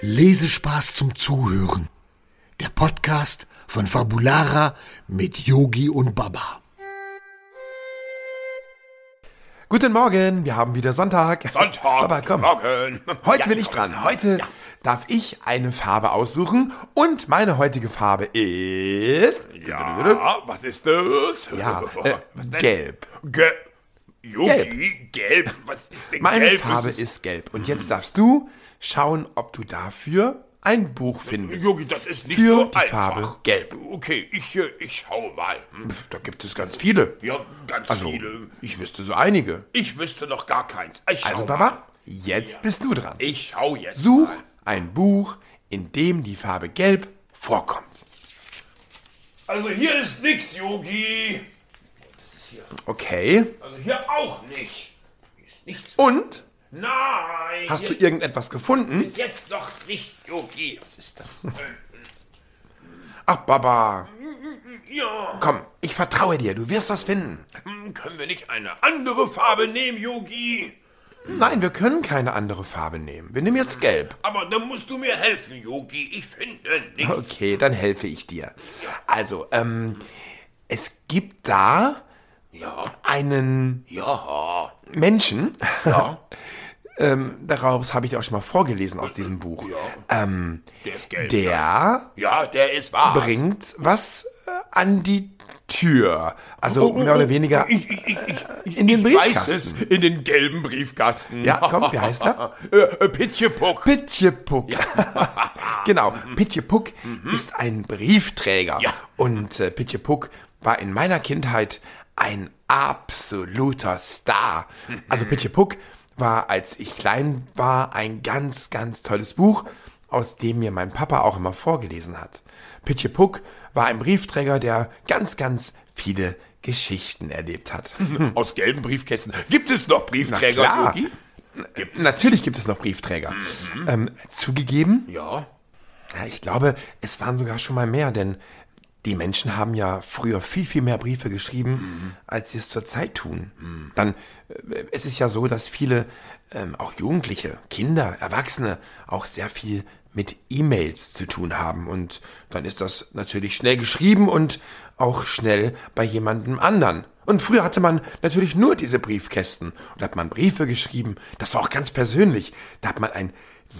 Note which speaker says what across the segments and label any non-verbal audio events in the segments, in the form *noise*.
Speaker 1: Lesespaß zum Zuhören. Der Podcast von Fabulara mit Yogi und Baba.
Speaker 2: Guten Morgen, wir haben wieder Sonntag.
Speaker 3: Sonntag.
Speaker 2: Aber komm,
Speaker 3: Morgen.
Speaker 2: heute
Speaker 3: Ja,
Speaker 2: bin ich dran. Heute darf ich eine Farbe aussuchen und meine heutige Farbe ist...
Speaker 3: Ja, was ist das? *laughs*
Speaker 2: Ja, äh,
Speaker 3: was denn?
Speaker 2: gelb.
Speaker 3: Ge Yogi, gelb. Was ist denn
Speaker 2: Meine
Speaker 3: gelb?
Speaker 2: Farbe ist gelb. Und jetzt darfst du schauen, ob du dafür ein Buch findest.
Speaker 3: Yogi, das ist nicht
Speaker 2: Für
Speaker 3: so
Speaker 2: die
Speaker 3: einfach.
Speaker 2: Farbe gelb.
Speaker 3: Okay, ich, äh, ich schaue mal. Hm.
Speaker 2: Da gibt es ganz viele.
Speaker 3: Ja, ganz
Speaker 2: Also,
Speaker 3: viele.
Speaker 2: ich wüsste so einige.
Speaker 3: Ich wüsste noch gar keins. Ich schau
Speaker 2: Also,
Speaker 3: mal.
Speaker 2: Baba, jetzt bist du dran.
Speaker 3: Ich schau jetzt
Speaker 2: Such
Speaker 3: mal.
Speaker 2: ein Buch, in dem die Farbe gelb vorkommt.
Speaker 3: Also hier ist nichts, Yogi.
Speaker 2: Okay.
Speaker 3: Also hier auch nicht. Hier ist nichts.
Speaker 2: Und
Speaker 3: Nein.
Speaker 2: Oh. hast du
Speaker 3: hier
Speaker 2: irgendetwas gefunden?
Speaker 3: ist jetzt noch nicht, Yogi. Was ist
Speaker 2: *laughs*
Speaker 3: das? denn?
Speaker 2: Ach, Baba.
Speaker 3: ja.
Speaker 2: Komm, ich vertraue dir. Du wirst was finden.
Speaker 3: Hm, Können wir nicht eine andere Farbe nehmen, Yogi?
Speaker 2: Nein, wir können keine andere Farbe nehmen. Wir nehmen jetzt gelb.
Speaker 3: Aber dann musst du mir helfen, Yogi. Ich finde
Speaker 2: *laughs*
Speaker 3: nichts.
Speaker 2: Okay, dann helfe ich dir. Also, ähm, es gibt da
Speaker 3: Ja,
Speaker 2: einen
Speaker 3: ja.
Speaker 2: Menschen. *laughs* ähm, daraus habe ich auch schon mal vorgelesen aus diesem Buch. Ähm,
Speaker 3: Der ist gelb.
Speaker 2: der
Speaker 3: Ja, der ist wahr.
Speaker 2: bringt was äh, an die Tür.
Speaker 3: Oh,
Speaker 2: Also mehr oder weniger in den
Speaker 3: Weiß es,
Speaker 2: Briefkasten.
Speaker 3: in den gelben Briefkasten.
Speaker 2: Ja, komm, wie heißt er?
Speaker 3: *laughs* äh, äh, Pitjepuck.
Speaker 2: Pitjepuck. *laughs* genau, Pitjepuck ist ein Briefträger.
Speaker 3: Ja.
Speaker 2: Und äh, Pitjepuck war in meiner Kindheit ein absoluter Star. Also Pitjepuck war, als ich klein war, ein ganz, ganz tolles Buch, aus dem mir mein Papa auch immer vorgelesen hat. Pitjepuck war ein Briefträger, der ganz, ganz viele Geschichten erlebt hat.
Speaker 3: Aus gelben Briefkästen. Gibt es noch Briefträger,
Speaker 2: Hm. Na klar.
Speaker 3: Yogi?
Speaker 2: Natürlich gibt es noch Briefträger. Ähm, zugegeben,
Speaker 3: Ja. *laughs*
Speaker 2: Ja, ich glaube, es waren sogar schon mal mehr, denn die Menschen haben ja früher viel, viel mehr Briefe geschrieben, als sie es zurzeit tun. Dann, äh, es ist ja so, dass viele, ähm, auch Jugendliche, Kinder, Erwachsene, auch sehr viel mit E-Mails zu tun haben. Und dann ist das natürlich schnell geschrieben und auch schnell bei jemandem anderen. Und früher hatte man natürlich nur diese Briefkästen und hat man Briefe geschrieben. Das war auch ganz persönlich. Da hat man ein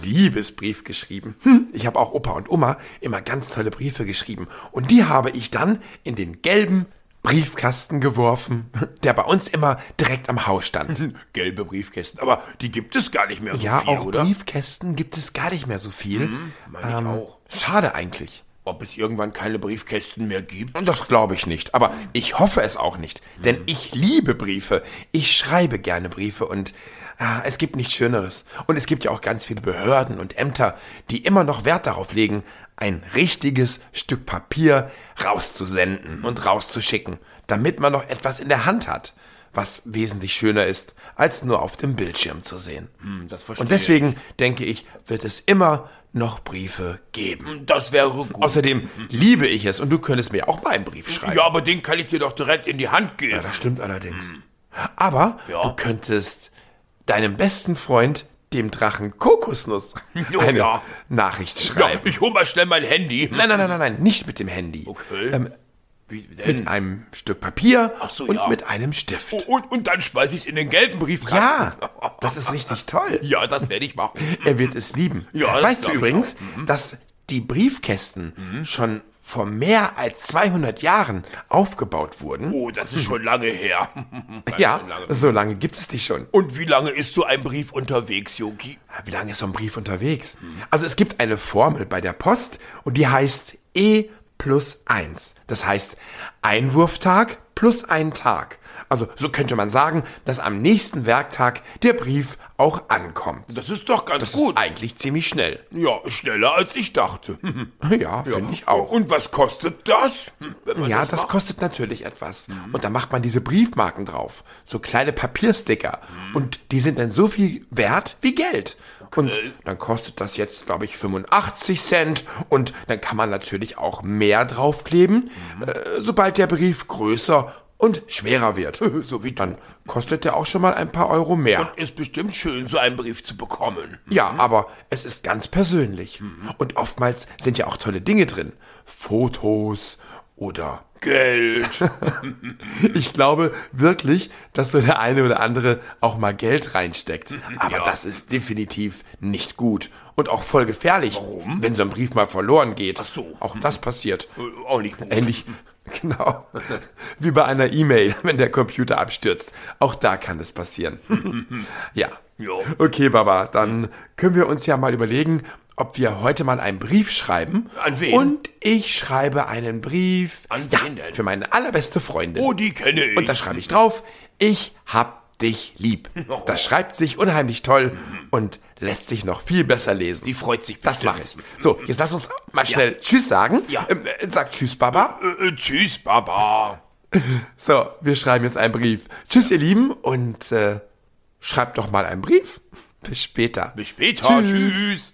Speaker 2: Liebesbrief geschrieben. Hm, ich habe auch Opa und Oma immer ganz tolle Briefe geschrieben. Und die habe ich dann in den gelben Briefkasten geworfen, *laughs* der bei uns immer direkt am Haus stand.
Speaker 3: Gelbe Briefkästen. Aber die gibt es gar nicht mehr so
Speaker 2: Ja,
Speaker 3: viel,
Speaker 2: auch
Speaker 3: oder? Hm,
Speaker 2: Briefkästen gibt es gar nicht mehr so viel. Ähm,
Speaker 3: meine ich auch.
Speaker 2: Schade eigentlich.
Speaker 3: Ob es irgendwann keine Briefkästen mehr gibt?
Speaker 2: Und Das glaube ich nicht, aber ich hoffe es auch nicht,
Speaker 3: Mhm.
Speaker 2: denn ich liebe Briefe. Ich schreibe gerne Briefe und ah, es gibt nichts Schöneres. Und es gibt ja auch ganz viele Behörden und Ämter, die immer noch Wert darauf legen, ein richtiges Stück Papier rauszusenden und rauszuschicken, damit man noch etwas in der Hand hat, was wesentlich schöner ist, als nur auf dem Bildschirm zu sehen.
Speaker 3: Hm, das verstehe
Speaker 2: und deswegen denke ich, wird es immer noch Briefe geben.
Speaker 3: Das wäre gut.
Speaker 2: Außerdem liebe ich es und du könntest mir auch mal einen Brief schreiben.
Speaker 3: Ja, aber den kann ich dir doch direkt in die Hand geben.
Speaker 2: das stimmt allerdings. Hm. Aber
Speaker 3: Ja.
Speaker 2: du könntest deinem besten Freund, dem Drachen Kokosnuss,
Speaker 3: Oh,
Speaker 2: eine
Speaker 3: *laughs* ja.
Speaker 2: Nachricht
Speaker 3: Ja,
Speaker 2: schreiben.
Speaker 3: ich hol mal schnell mein Handy.
Speaker 2: Nein, nein, nein, nein, nein, nicht mit dem Handy.
Speaker 3: Okay.
Speaker 2: Ähm,
Speaker 3: Wie
Speaker 2: mit einem Stück Papier
Speaker 3: so,
Speaker 2: und
Speaker 3: ja. Oh,
Speaker 2: mit einem Stift.
Speaker 3: Und, und dann schmeiß ich es in den gelben
Speaker 2: Ja,
Speaker 3: Briefkasten.
Speaker 2: das ist richtig toll.
Speaker 3: *laughs* Ja, das werde ich machen.
Speaker 2: Er wird es lieben.
Speaker 3: Ja, das
Speaker 2: weißt du
Speaker 3: glaub ich Mhm.
Speaker 2: übrigens, dass die Briefkästen schon vor mehr als 200 Jahren aufgebaut wurden?
Speaker 3: Oh, das ist schon lange her.
Speaker 2: *laughs*
Speaker 3: Ganz
Speaker 2: ja,
Speaker 3: schön lange.
Speaker 2: so lange gibt es die schon.
Speaker 3: Und wie lange ist so ein Brief unterwegs, Yogi?
Speaker 2: Wie lange ist so ein Brief unterwegs?
Speaker 3: Hm.
Speaker 2: Also es gibt eine Formel bei der Post und die heißt E plus 1. Das heißt Einwurftag plus ein Tag. Also so könnte man sagen, dass am nächsten Werktag der Brief auch ankommt.
Speaker 3: Das ist doch ganz
Speaker 2: Das
Speaker 3: gut.
Speaker 2: ist eigentlich ziemlich schnell.
Speaker 3: ja, schneller als ich dachte.
Speaker 2: Ja, *laughs* finde ich auch.
Speaker 3: Und was kostet das? Hm, wenn man
Speaker 2: ja, das, Mhm.
Speaker 3: das macht?
Speaker 2: kostet natürlich etwas. Und da macht man diese Briefmarken drauf. So kleine Papiersticker. Und die sind dann so viel wert wie Geld. Und dann kostet das jetzt, glaube ich, 85 Cent. Mhm. Und dann kann man natürlich auch mehr draufkleben, äh, sobald der Brief größer und schwerer wird. *laughs* so wie dann kostet er auch schon mal ein paar Euro mehr.
Speaker 3: Ist bestimmt schön, so einen Brief zu bekommen.
Speaker 2: Ja, aber es ist ganz persönlich. Und oftmals sind ja auch tolle Dinge drin. Fotos oder *laughs*
Speaker 3: Geld.
Speaker 2: ich glaube wirklich, dass so der eine oder andere auch mal Geld reinsteckt. Aber
Speaker 3: Mhm, Ja.
Speaker 2: das ist definitiv nicht gut und auch voll gefährlich. Warum? Wenn so ein Brief mal verloren geht. Ach
Speaker 3: so.
Speaker 2: Auch das passiert.
Speaker 3: Äh, Auch nicht gut.
Speaker 2: Ähnlich, *laughs* genau, wie bei einer E-Mail, *laughs* wenn der Computer abstürzt. Auch da kann es passieren.
Speaker 3: *laughs*
Speaker 2: ja.
Speaker 3: Ja.
Speaker 2: Okay, Baba, dann können wir uns ja mal überlegen, ob wir heute mal einen Brief schreiben.
Speaker 3: An wen?
Speaker 2: Und ich schreibe einen Brief
Speaker 3: An
Speaker 2: ja,
Speaker 3: wen denn?
Speaker 2: für meine allerbeste Freundin.
Speaker 3: Oh, die kenne ich.
Speaker 2: Und da schreibe ich drauf, ich hab dich lieb.
Speaker 3: *laughs*
Speaker 2: Das schreibt sich unheimlich toll und lässt sich noch viel besser lesen.
Speaker 3: Die freut sich
Speaker 2: Das
Speaker 3: bestimmt.
Speaker 2: mache ich. So, jetzt lass uns mal schnell Tschüss sagen.
Speaker 3: Ja.
Speaker 2: Ähm, äh, sag Tschüss, Baba.
Speaker 3: Äh, äh, tschüss, Baba.
Speaker 2: So, wir schreiben jetzt einen Brief. Tschüss, ihr Lieben, und äh, schreibt doch mal einen Brief. Bis später.
Speaker 3: Bis später.
Speaker 2: Tschüss.
Speaker 3: tschüss.